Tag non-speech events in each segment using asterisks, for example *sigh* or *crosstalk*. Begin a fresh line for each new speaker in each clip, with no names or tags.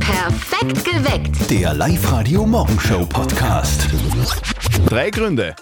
Perfekt geweckt.
Der Live-Radio-Morgenshow-Podcast.
Drei Gründe,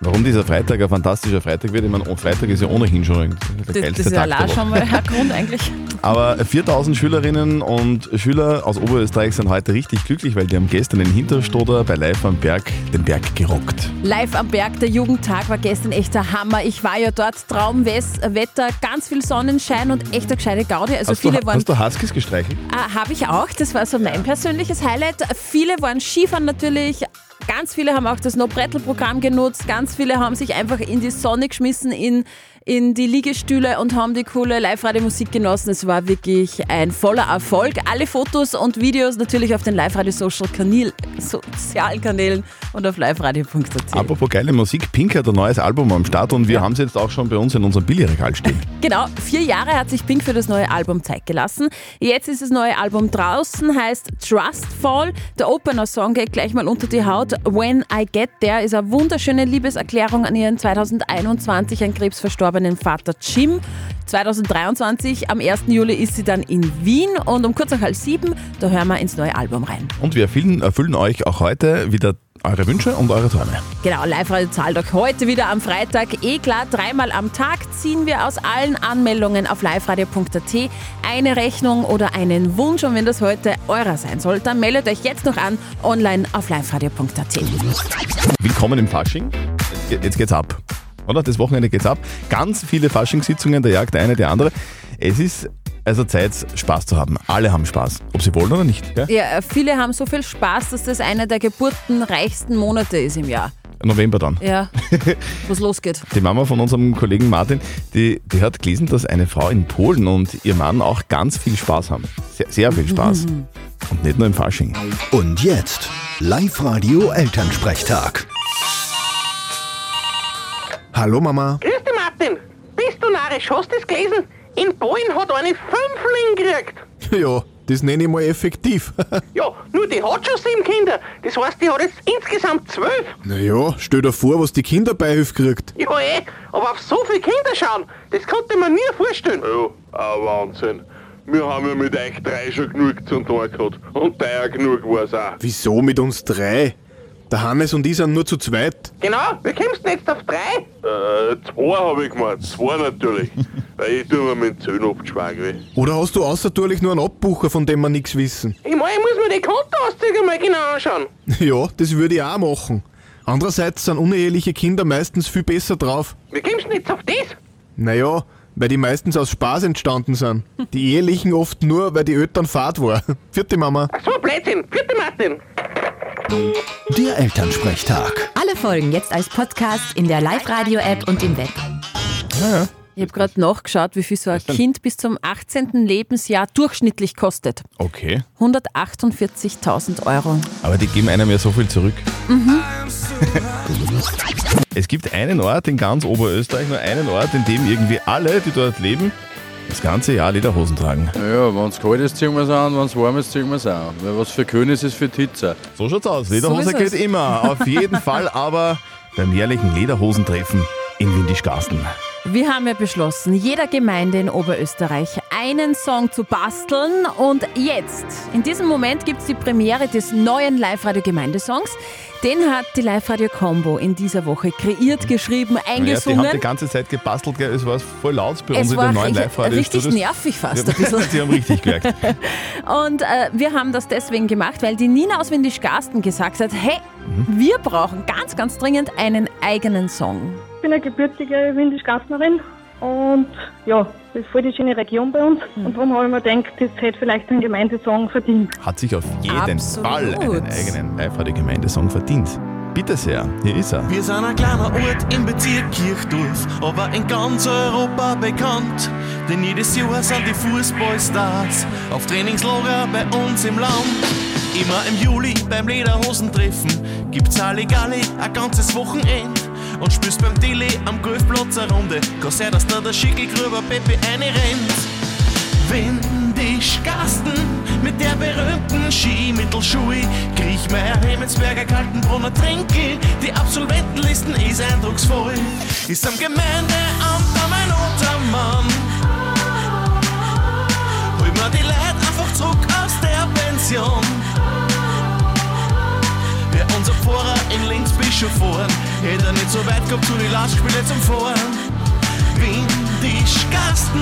warum dieser Freitag ein fantastischer Freitag wird. Ich meine, oh, Freitag ist ja ohnehin schon der
Das, das
geilste
ist ja
Tag der
allein
Woche.
schon mal ein Grund eigentlich.
Aber 4000 Schülerinnen und Schüler aus Oberösterreich sind heute richtig glücklich, weil die haben gestern in Hinterstoder bei Live am Berg den Berg gerockt.
Live am Berg, der Jugendtag war gestern echter Hammer. Ich war ja dort, Traumwetter, ganz viel Sonnenschein und echter gescheite Gaudi. Also
Hast,
viele
du,
waren
hast du Huskies gestreichelt?
Äh, Habe ich auch. Das war so mein persönliches Highlight. Viele waren Skifahren natürlich. Ganz viele haben auch das No-Brettel-Programm genutzt. Ganz viele haben sich einfach in die Sonne geschmissen, in, in die Liegestühle und haben die coole Live-Radio-Musik genossen. Es war wirklich ein voller Erfolg. Alle Fotos und Videos natürlich auf den Live-Radio-Sozialkanälen und auf liveradio.at.
Apropos geile Musik, Pink hat ein neues Album am Start und wir haben es jetzt auch schon bei uns in unserem Billigregal stehen.
Genau, vier Jahre hat sich Pink für das neue Album Zeit gelassen. Jetzt ist das neue Album draußen, heißt Trustfall. Der Opener-Song geht gleich mal unter die Haut. When I Get There ist eine wunderschöne Liebeserklärung an ihren 2021 an Krebs verstorbenen Vater Jim. 2023, am 1. Juli, ist sie dann in Wien und um kurz nach halb sieben, da hören wir ins neue Album rein.
Und wir erfüllen, erfüllen euch auch heute wieder eure Wünsche und eure Träume.
Genau, Live-Radio zahlt euch heute wieder am Freitag. Eh klar, dreimal am Tag ziehen wir aus allen Anmeldungen auf liveradio.at eine Rechnung oder einen Wunsch. Und wenn das heute eurer sein soll, dann meldet euch jetzt noch an online auf liveradio.at.
Willkommen im Fasching. Jetzt, ge- jetzt geht's ab. Oder? Das Wochenende geht's ab. Ganz viele Faschingssitzungen, der jagt der eine, der andere. Es ist also Zeit, Spaß zu haben. Alle haben Spaß. Ob sie wollen oder nicht. Gell?
Ja, viele haben so viel Spaß, dass das einer der geburtenreichsten Monate ist im Jahr.
November dann.
Ja, was *laughs* losgeht.
*laughs* Die Mama von unserem Kollegen Martin, die, die hat gelesen, dass eine Frau in Polen und ihr Mann auch ganz viel Spaß haben. Sehr, sehr viel
*laughs*
Spaß. Und nicht nur im Fasching.
Und jetzt Live-Radio-Elternsprechtag.
Hallo Mama.
Grüß dich, Martin. Bist du narrisch? Hast du das gelesen? In Polen hat eine Fünfling gekriegt.
Ja, das nenne ich mal effektiv. *laughs*
Ja, nur die hat schon sieben Kinder. Das heißt, die hat jetzt insgesamt zwölf.
naja, stell dir vor, was die Kinderbeihilfe kriegt.
Ja, eh. Aber auf so viele Kinder schauen, das konnte man nie vorstellen.
Ja, ein Wahnsinn. Wir haben ja mit euch drei schon genug zum Tag gehabt. Und teuer genug war's auch.
Wieso mit uns drei? Der Hannes und ich sind nur zu zweit.
Genau, wie kommst du denn jetzt auf drei?
Äh, zwei habe ich gemeint. Zwei natürlich. Weil ich tue mir mit Zöhn abgeschwagen.
Oder hast du außerdurch nur einen Abbucher, von dem wir nichts wissen? *laughs*
Ich meine, ich muss mir die Kontoauszüge mal genau anschauen.
ja, das würde ich auch machen. Andererseits sind uneheliche Kinder meistens viel besser drauf.
Wie kommst du denn jetzt auf das?
Naja, weil die meistens aus Spaß entstanden sind. Die Ehelichen oft nur, weil die Eltern fad war. *laughs* Vierte Mama.
Ach so, Blödsinn. Vierte Martin.
Der Elternsprechtag.
Alle Folgen jetzt als Podcast in der Live-Radio-App und im Web.
Ich habe gerade nachgeschaut, wie viel so ein Kind bis zum 18. Lebensjahr durchschnittlich kostet.
Okay.
148.000 Euro.
Aber die geben einem ja so viel zurück.
Mhm.
*laughs* es gibt einen Ort in ganz Oberösterreich, nur einen Ort, in dem irgendwie alle, die dort leben, das ganze Jahr Lederhosen tragen.
Ja, wenn es kalt ist, ziehen wir es an, wenn es warm ist, ziehen wir es an. Weil was für König ist, ist für Titzer.
So schaut's aus. Lederhose
So ist
geht
es.
immer, auf jeden
*laughs*
Fall, aber beim jährlichen Lederhosentreffen in Windischgarsten.
Wir haben ja beschlossen, jeder Gemeinde in Oberösterreich einen Song zu basteln. Und jetzt, in diesem Moment, gibt es die Premiere des neuen Live-Radio-Gemeindesongs. Den hat die Live-Radio-Combo in dieser Woche kreiert, geschrieben,
Ja, die haben die
eingesungen.
ganze Zeit gebastelt, gell? es war voll laut bei uns
Es
in den
war
neuen live
richtig,
radio
richtig nervig fast. Ein bisschen.
*laughs* Die haben richtig gemerkt.
Und äh, wir haben das deswegen gemacht, weil die Nina aus Windisch-Garsten gesagt hat, hey,
Mhm.
wir brauchen ganz, ganz dringend einen eigenen Song.
Ich bin eine gebürtige Windisch-Gassnerin und ja, das ist voll die schöne Region bei uns.
Hm.
Und darum habe ich mir gedacht, das hätte vielleicht ein Gemeindesong verdient.
Hat sich auf jeden
Absolut.
Fall einen eigenen live radio gemeindesong verdient. Bitte sehr, hier ist er.
Wir sind ein kleiner Ort im Bezirk Kirchdorf, aber in ganz Europa bekannt. Denn jedes Jahr sind die Fußballstars auf Trainingslager bei uns im Land. Immer im Juli beim Lederhosentreffen gibt's Halligalli ein ganzes Wochenende. Und spielst beim Tele am Golfplatz eine Runde, kann sein, dass da der Schickelgrüber Pepe reinrennt. Windischgasten mit der berühmten Skimittelschui, Griechmeier, Hemelsberger, Kaltenbrunner, Trinkel. Die Absolventenlisten ist eindrucksvoll. Ist am Gemeindeamt am ein Untermann. Hol mir die Leute einfach zurück aus der Pension. Generation. Wer unser Fahrer in Linz Bischof fahren, hätte er nicht so weit gehabt zu den Lastspiele zum Fahren. Windischkasten,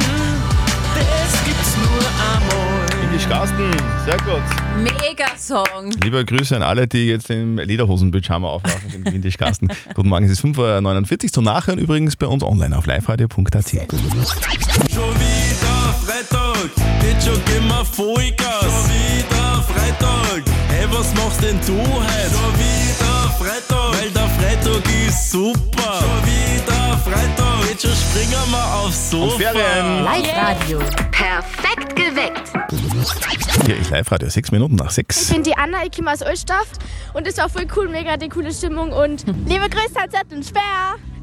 das gibt's nur einmal.
Indisch Carsten, sehr gut.
Mega Song.
Liebe Grüße an alle, die jetzt im Lederhosen-Pyjama auflaufen, im
*laughs*
Windisch Carsten. Guten Morgen, es ist 5.49 Uhr. Zum Nachhören übrigens bei uns online auf liveradio.at.
Schon wieder Freitag, jetzt schon gehen wir Vollgas. Schon wieder Freitag, hey, was machst denn du heute? Schon wieder Freitag, weil der Freitag ist super. Schon wieder Freitag, jetzt schon springen wir aufs Sofa.
Ferien.
Live-Radio.
Perfekt geweckt.
Hier ist Live-Radio, sechs Minuten nach
Ich
sechs.
bin die Anna, ich komme aus Oldstaff und es war voll cool, mega die coole Stimmung und liebe Grüße an Zettel und Speer.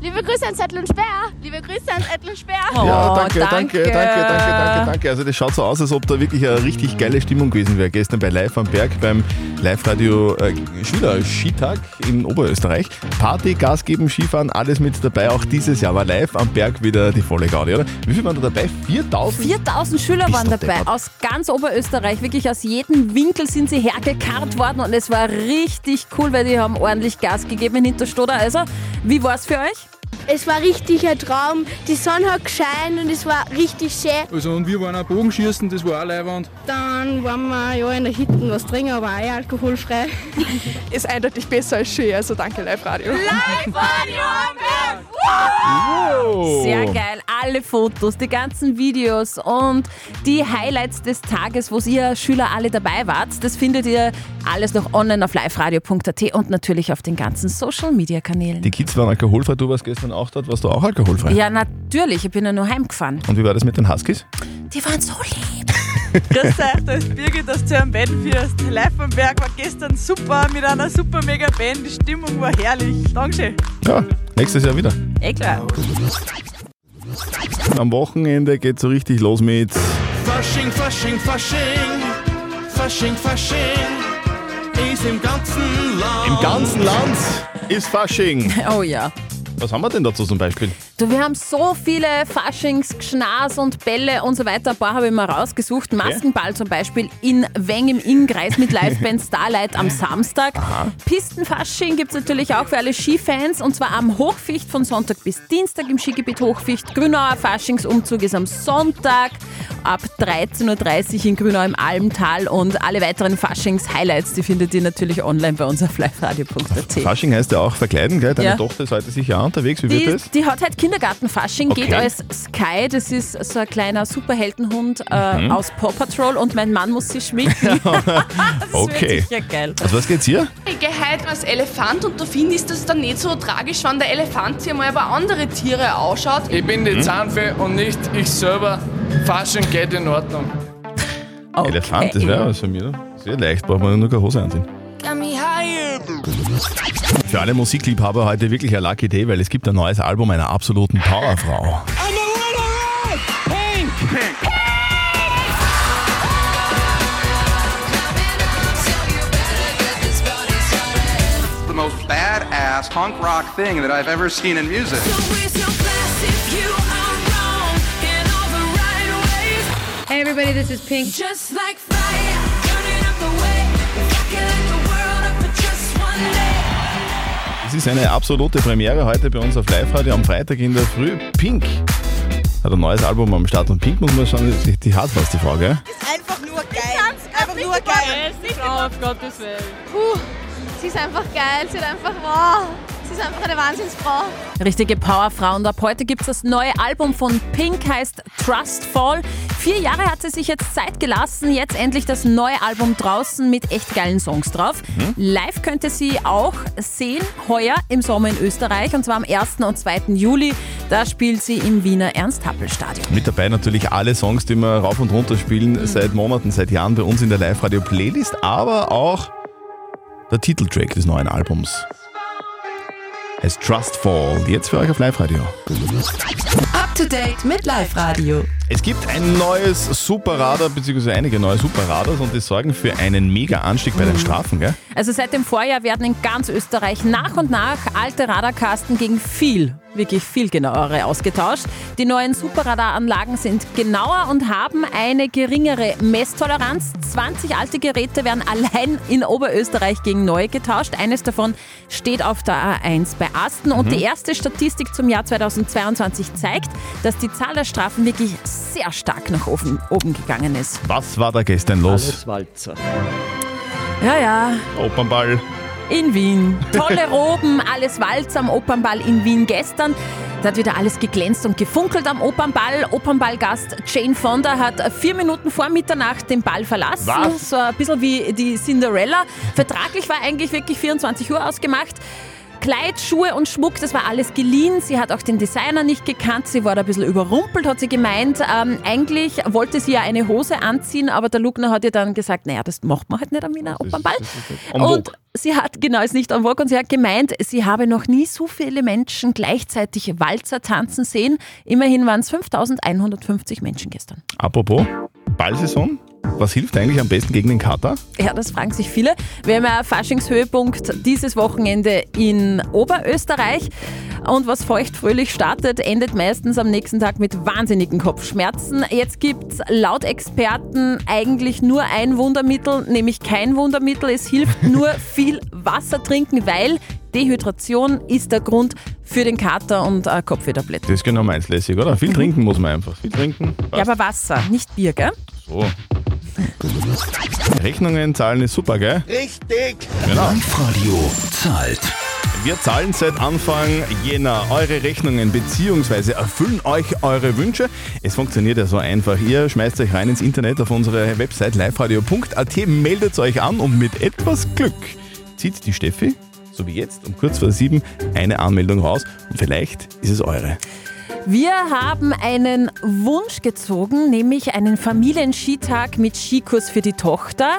Liebe Grüße an Zettel und Speer. Liebe Grüße an Zettel und Speer.
Oh,
ja, danke, danke, danke, danke, danke, danke. Also das schaut so aus, als ob da wirklich eine richtig geile Stimmung gewesen wäre. Gestern bei Live am Berg beim Live-Radio äh, Schüler-Skitag in Oberösterreich. Party, Gas geben, Skifahren, alles mit dabei. Auch dieses Jahr war Live am Berg wieder die volle Gaudi, oder? Wie viel waren da dabei? 4000?
4000 Schüler
Bist
waren
doch
dabei,
deppert.
aus ganz Oberösterreich, wirklich aus jedem Winkel sind sie hergekarrt worden und es war richtig cool, weil die haben ordentlich Gas gegeben in Hinterstoder. Also, wie war es für euch?
Es war richtig ein Traum. Die Sonne hat gescheint und es war richtig schön.
Also und wir waren auch Bogenschießen, das war auch Leihwand.
Dann waren wir ja in der Hitten was trinken, aber auch alkoholfrei. Ist eindeutig besser als schön, also danke Live Radio. Live
Wow.
Sehr geil, alle Fotos, die ganzen Videos und die Highlights des Tages, wo ihr Schüler alle dabei wart, das findet ihr alles noch online auf liveradio.at und natürlich auf den ganzen Social-Media-Kanälen.
Die Kids waren alkoholfrei, du warst gestern auch dort, warst du auch alkoholfrei?
Ja, natürlich, ich bin ja nur heimgefahren.
Und wie war das mit den Huskies?
Die waren so lieb.
*laughs* Grüß euch, da ist Birgit aus Zürnbäden führst. Live am Berg war gestern super mit einer super mega Band. Die Stimmung war herrlich. Dankeschön.
Ja, nächstes Jahr wieder.
Eh klar.
Am Wochenende geht so richtig los mit
Fasching, Fasching, Fasching, Fasching, Fasching, ist im ganzen Land.
Im ganzen Land ist
*laughs*
Fasching.
Oh ja.
Was haben wir denn dazu zum Beispiel?
Du, wir haben so viele Faschings, Gschnas und Bälle und so weiter. Ein paar habe ich mal rausgesucht. Maskenball zum Beispiel in Weng im Innkreis mit Liveband Starlight am Samstag. Pistenfasching gibt es natürlich auch für alle Skifans und zwar am Hochficht von Sonntag bis Dienstag im Skigebiet Hochficht. Grünauer Faschingsumzug ist am Sonntag ab 13.30 Uhr in Grünau im Almtal und alle weiteren Faschings-Highlights, die findet ihr natürlich online bei uns auf liveradio.at.
Fasching heißt ja auch verkleiden, gell? Deine
Ja.
Tochter ist heute sicher auch unterwegs. Wie
Die,
wird das?
die hat halt Kindergartenfasching, geht
Okay.
als Sky, das ist so ein kleiner Superheldenhund äh,
Mhm.
aus Paw Patrol und mein Mann muss
*laughs*
sie schminken. das
Okay.
wird sicher geil.
Also was geht's hier?
Ich gehe heute als Elefant und da finde ich das dann nicht so tragisch, wenn der Elefant sich mal über andere Tiere ausschaut.
Ich
Hm?
bin die Zahnfee und nicht ich selber. Faschen geht in Ordnung.
Elefant, das wäre was für mich. oder? Sehr leicht, braucht man nur keine Hose anziehen. Für alle Musikliebhaber heute wirklich eine Lucky Day, weil es gibt ein neues Album einer absoluten Powerfrau.
the most badass punk rock thing that I've ever seen in music.
Hey everybody, this is Pink. Just like fire, burning up the way. If I could light the world up for just one day.
Es ist eine absolute Premiere heute bei uns auf Live-Radio am Freitag in der Früh. Pink hat ein neues Album am Start und Pink muss man schauen, die- die hat was, die Frau, gell?
Einfach nur geil. Einfach nur geil. Frau, Oh, auf Gottes Willen.
Puh, sie ist einfach geil. Sie ist einfach, wow. Sie ist einfach eine Wahnsinnsfrau.
Richtige Powerfrau. Und ab heute gibt es das neue Album von Pink, heißt Trustfall. Vier Jahre hat sie sich jetzt Zeit gelassen, jetzt endlich das neue Album draußen mit echt geilen Songs drauf.
Mhm.
Live könnte sie auch sehen, heuer im Sommer in Österreich und zwar am 1. und 2. Juli. Da spielt sie im Wiener Ernst-Happel-Stadion.
Mit dabei natürlich alle Songs, die wir rauf und runter spielen, seit Monaten, seit Jahren bei uns in der Live-Radio-Playlist, aber auch der Titeltrack des neuen Albums. Heißt Trustfall, jetzt für euch auf Live-Radio.
Up to date mit Live Radio.
Es gibt ein neues Superradar, beziehungsweise einige neue Superradars und die sorgen für einen mega Anstieg bei den Strafen, gell?
Also seit dem Vorjahr werden in ganz Österreich nach und nach alte Radarkasten gegen viel, wirklich viel genauere ausgetauscht. Die neuen Superradaranlagen sind genauer und haben eine geringere Messtoleranz. 20 alte Geräte werden allein in Oberösterreich gegen neue getauscht. Eines davon steht auf der A1 bei Asten und
Mhm.
die erste Statistik zum Jahr 2022 zeigt, dass die Zahl der Strafen wirklich sehr stark nach oben, oben gegangen ist.
Was war da gestern los?
Alles Ja, ja,
Opernball.
in Wien. Tolle Roben, alles Walz am Opernball in Wien gestern. Da hat wieder alles geglänzt und gefunkelt am Opernball. Opernballgast Jane Fonda hat vier Minuten vor Mitternacht den Ball verlassen.
Was?
So ein bisschen wie die Cinderella. Vertraglich war eigentlich wirklich 24 Uhr ausgemacht. Kleid, Schuhe und Schmuck, das war alles geliehen. Sie hat auch den Designer nicht gekannt. Sie war da ein bisschen überrumpelt, hat sie gemeint. Ähm, eigentlich wollte sie ja eine Hose anziehen, aber der Lugner hat ihr dann gesagt, naja, das macht man halt nicht am Wiener Opernball.
En vogue.
Und sie hat, genau, ist nicht am Vogue und sie hat gemeint, sie habe noch nie so viele Menschen gleichzeitig Walzer tanzen sehen. Immerhin waren es 5150 Menschen gestern.
Apropos, Ballsaison, was hilft eigentlich am besten gegen den Kater?
Ja, das fragen sich viele. Wir haben ja einen Faschingshöhepunkt dieses Wochenende in Oberösterreich. Und was feuchtfröhlich startet, endet meistens am nächsten Tag mit wahnsinnigen Kopfschmerzen. Jetzt gibt's laut Experten eigentlich nur ein Wundermittel, nämlich kein Wundermittel. Es hilft nur viel Wasser trinken, weil Dehydration ist der Grund für den Kater und äh, Kopfwehtablette.
Das ist genau meins lässig, oder? Viel trinken muss man einfach. Viel trinken.
Ja, aber Wasser, nicht Bier, gell?
So. Rechnungen zahlen ist super, gell?
Richtig!
Genau. Radio zahlt. Wir zahlen seit Anfang Jänner eure Rechnungen bzw. erfüllen euch eure Wünsche. Es funktioniert ja so einfach. Ihr schmeißt euch rein ins Internet auf unsere Website liveradio.at, meldet euch an und mit etwas Glück zieht die Steffi, so wie jetzt, um kurz vor sieben, eine Anmeldung raus und vielleicht ist es eure.
Wir haben einen Wunsch gezogen, nämlich einen Familienskitag mit Skikurs für die Tochter.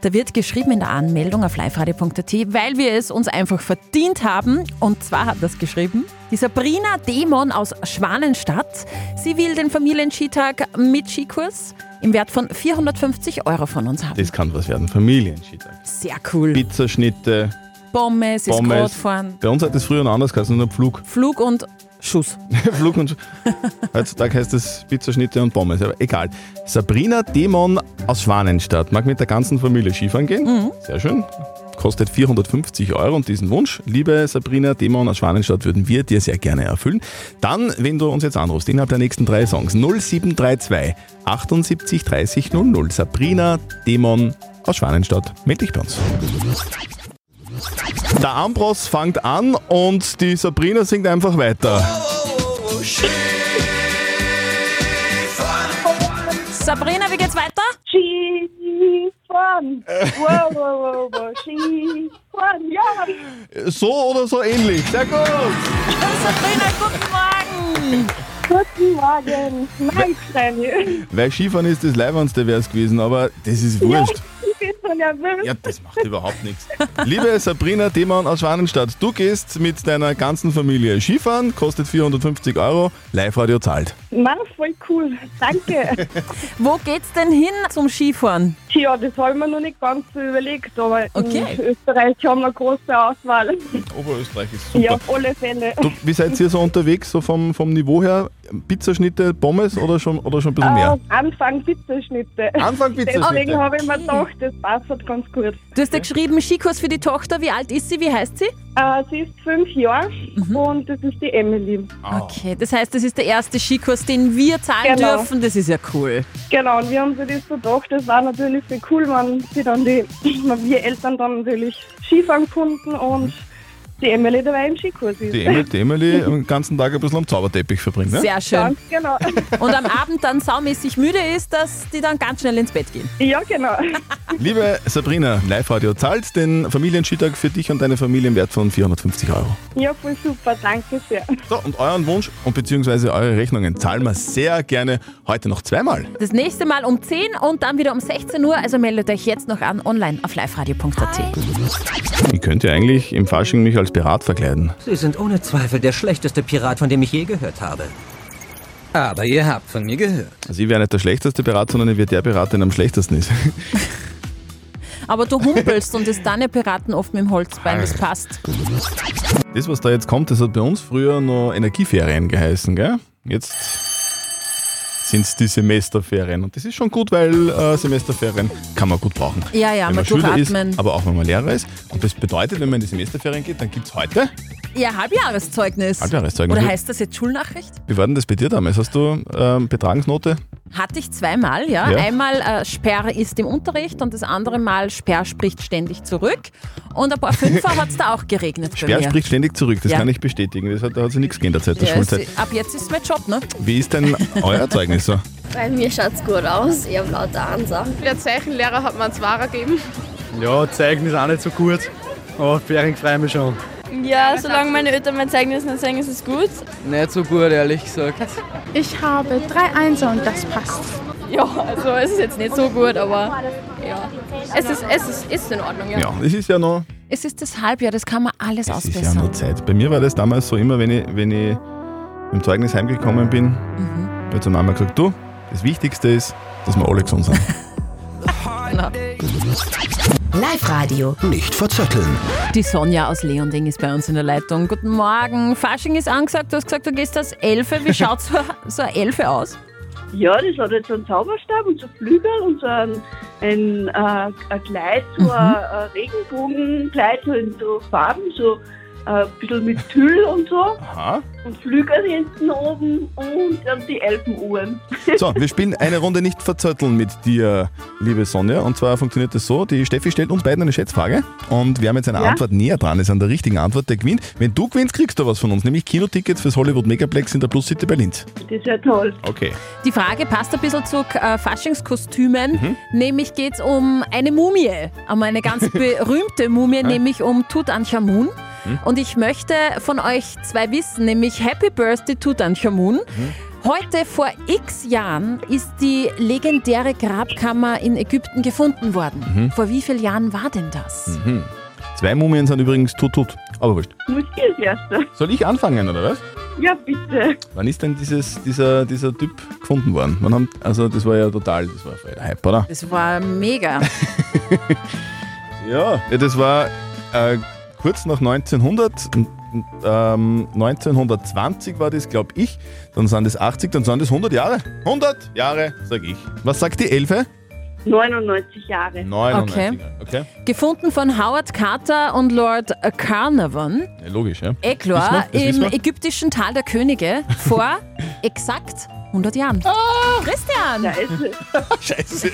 Da wird geschrieben in der Anmeldung auf liveradio.at, weil wir es uns einfach verdient haben. Und zwar hat das geschrieben die Sabrina Dämon aus Schwanenstadt. Sie will den Familienskitag mit Skikurs im Wert von 450 Euro von uns haben.
Das kann was werden. Familienskitag.
Sehr cool.
Pizzaschnitte,
Pommes, ist
Pommes.
Kotfahren,
Bei uns hat es früher noch anders geheißen, nur Pflug.
Flug und Schuss.
*laughs* Flug und Schuss. Heutzutage heißt es Pizzaschnitte und Pommes, aber egal. Sabrina Dämon aus Schwanenstadt mag mit der ganzen Familie Skifahren gehen. Sehr schön. Kostet 450 Euro und diesen Wunsch, liebe Sabrina Dämon aus Schwanenstadt, würden wir dir sehr gerne erfüllen. Dann, wenn du uns jetzt anrufst, innerhalb der nächsten drei Songs 0732 78 30 00. Sabrina Dämon aus Schwanenstadt, melde dich bei uns. Der Ambros fängt an und die Sabrina singt einfach weiter.
Sabrina, wie geht's weiter?
Skifahren.
Äh.
Wow, wow, wow, wow. Skifahren. Ja.
So oder so ähnlich. Sehr gut.
Sabrina, guten Morgen.
Guten Morgen. Nein, Daniel.
Weil Skifahren ist das Leibwandste wär's gewesen, aber das ist wurscht.
Ich bin so nervös.
Ja, das macht überhaupt nichts. Liebe Sabrina Demann aus Schwanenstadt, du gehst mit deiner ganzen Familie Skifahren, kostet 450 Euro, Live-Radio zahlt.
Na, voll cool. Danke.
Wo geht's denn hin zum Skifahren?
Tja, das habe ich mir noch nicht ganz so überlegt, aber
Okay.
in Österreich haben wir große Auswahl.
Oberösterreich ist
Ja,
super.
auf alle Fälle.
Du, wie seid ihr so unterwegs, so vom, vom Niveau her? Pizzaschnitte, Pommes oder schon, oder schon ein bisschen mehr?
Ah, Anfang Pizzaschnitte.
Anfang Pizzaschnitte.
Deswegen habe ich mir gedacht, das passt halt ganz gut.
Du hast ja geschrieben, Skikurs für die Tochter. Wie alt ist sie? Wie heißt sie?
Äh, sie ist fünf Jahre und das ist die Emily.
Okay, das heißt, das ist der erste Skikurs, den wir zahlen
Genau.
dürfen. Das ist ja cool.
Genau, und wir haben so das so gedacht, das war natürlich viel cool, wenn sie dann die, *clears throat* wenn wir Eltern dann natürlich Skifahren konnten und die Emily dabei im Skikurs
Mhm.
ist.
Die
*laughs*
Emily, die Emily den ganzen Tag ein bisschen am Zauberteppich verbringt, ne?
Sehr schön.
Genau. *laughs*
Und am Abend dann saumäßig müde ist, dass die dann ganz schnell ins Bett gehen.
Ja, genau.
Liebe Sabrina, Live-Radio zahlt den Familienskitag für dich und deine Familie im Wert von 450 Euro.
Ja, voll super, danke sehr.
So, und euren Wunsch und beziehungsweise eure Rechnungen zahlen wir sehr gerne heute noch zweimal.
Das nächste Mal um 10 und dann wieder um 16 Uhr. Also meldet euch jetzt noch an online auf liveradio.at.
Wie könnt ihr eigentlich im Fasching mich als Pirat verkleiden?
Sie sind ohne Zweifel der schlechteste Pirat, von dem ich je gehört habe. Aber ihr habt von mir gehört.
Also ich wäre nicht der schlechteste Berater, sondern ich wäre der Berater, der am schlechtesten ist.
Aber du humpelst und das deine Piraten oft mit dem Holzbein, das passt.
Das, was da jetzt kommt, das hat bei uns früher noch Energieferien geheißen, gell? Jetzt sind es die Semesterferien. Und das ist schon gut, weil äh, Semesterferien kann man gut brauchen.
Ja, ja,
wenn
mal
man Schüler ist,
durchatmen.
aber auch wenn man Lehrer ist. Und das bedeutet, wenn man in die Semesterferien geht, dann gibt es heute.
Ja, Halbjahreszeugnis.
Halbjahreszeugnis.
Oder heißt das jetzt Schulnachricht?
Wie war denn das bei dir damals? Hast du ähm, Betragensnote?
Hatte ich zweimal, ja.
Ja.
Einmal äh, Sperr ist im Unterricht und das andere Mal Sperr spricht ständig zurück. Und ein
*laughs*
paar Fünfer hat es da auch geregnet bei
Wer
mir.
spricht ständig zurück? Das
Ja.
kann ich bestätigen. Das hat, da hat sich nichts geändert seit der
ja,
Schulzeit.
ist, ab jetzt ist mein Job, ne?
Wie ist
*laughs*
denn euer Zeugnis so?
Bei mir schaut's gut aus, ich habe lauter Ansagen.
Der Zeichenlehrer hat mir einen Zwarer gegeben.
Ja, Zeichen ist auch nicht so gut, aber Fähring freue mich schon.
Ja, solange meine Eltern mein Zeugnis nicht sagen, ist es gut.
Nicht so gut, ehrlich gesagt.
Ich habe drei Einser und das passt. Ja, also es ist jetzt nicht so gut, aber ja. Es ist, es ist, ist in Ordnung, ja.
Ja, es ist ja noch,
Es ist das Halbjahr, das kann man alles
es ist ja
ausbessern.
noch Zeit. Bei mir war das damals so immer, wenn ich, wenn ich im Zeugnis heimgekommen bin, hat zur Mama gesagt, du, das Wichtigste ist, dass wir alle gesund sind.
Live-Radio.
Nicht verzetteln.
Die Sonja aus Leonding ist bei uns in der Leitung. Guten Morgen. Fasching ist angesagt. Du hast gesagt, du gehst als Elfe.
*laughs*
Wie schaut so, so eine Elfe aus?
Ja, das hat jetzt einen Zauberstab und so Flügel und so ein, ein, äh, ein Kleid, so
Mhm.
ein, ein Regenbogenkleid, so in so Farben, so äh, ein bisschen mit Tüll und so.
*laughs* Aha.
Und Flügel hinten oben und dann die Elfenuhren. *laughs*
So, wir spielen eine Runde nicht verzötteln mit dir, liebe Sonja. Und zwar funktioniert das so: Die Steffi stellt uns beiden eine Schätzfrage und wir haben jetzt eine
Ja.
Antwort näher dran, ist an der richtigen Antwort, der gewinnt. Wenn du gewinnst, kriegst du was von uns, nämlich Kinotickets fürs Hollywood Megaplex in der Plus City bei Linz.
Das ist ja toll.
Okay.
Die Frage passt ein bisschen zu äh, Faschingskostümen.
Mhm.
Nämlich geht es um eine Mumie, um eine ganz
*laughs*
berühmte Mumie, nämlich um Tutanchamun.
Mhm.
Und ich möchte von euch zwei wissen, nämlich Happy Birthday Tutanchamun.
Mhm.
Heute vor x Jahren ist die legendäre Grabkammer in Ägypten gefunden worden.
Mhm.
Vor wie vielen Jahren war denn das?
Mhm. Zwei Mumien sind übrigens tut tut, aber wurscht.
Muss ich das erste?
Soll ich anfangen, oder was?
Ja, bitte.
Wann ist denn dieses, dieser, dieser Typ gefunden worden? Wann haben, also das war ja total, das war voll der Hype, oder?
Das war mega.
Ja. Das war äh, kurz nach 1900. und, Ähm, 1920 war das, glaube ich. Dann sind das 80, dann sind das 100 Jahre. 100 Jahre, sag ich. Was sagt die Elfe?
99 Jahre.
99 Jahre. Okay.
Gefunden von Howard Carter und Lord Carnarvon.
Ja, logisch, ja.
Eh
Wissen
klar,
wir, das
im
wissen wir.
ägyptischen Tal der Könige vor *laughs* exakt 100 Jahren. Christian!
Also,
*laughs* Scheiße.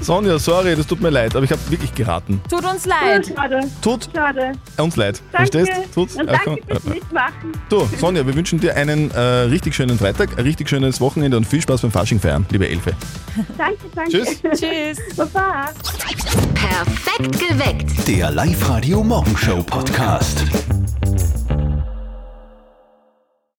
Sonja, sorry, das tut mir leid, aber ich habe wirklich geraten.
Tut uns
*laughs*
leid.
Schade.
Tut
Schade.
Uns leid.
Danke.
Verstehst? Tut's.
Und
Ah, komm.
danke fürs Mitmachen.
Du, Sonja, wir wünschen dir einen äh, richtig schönen Freitag, ein richtig schönes Wochenende und viel Spaß beim Fasching feiern, liebe Elfe.
Danke, danke.
Tschüss.
Tschüss. *laughs* Baba.
Perfekt geweckt.
Der Live-Radio Morgenshow Podcast.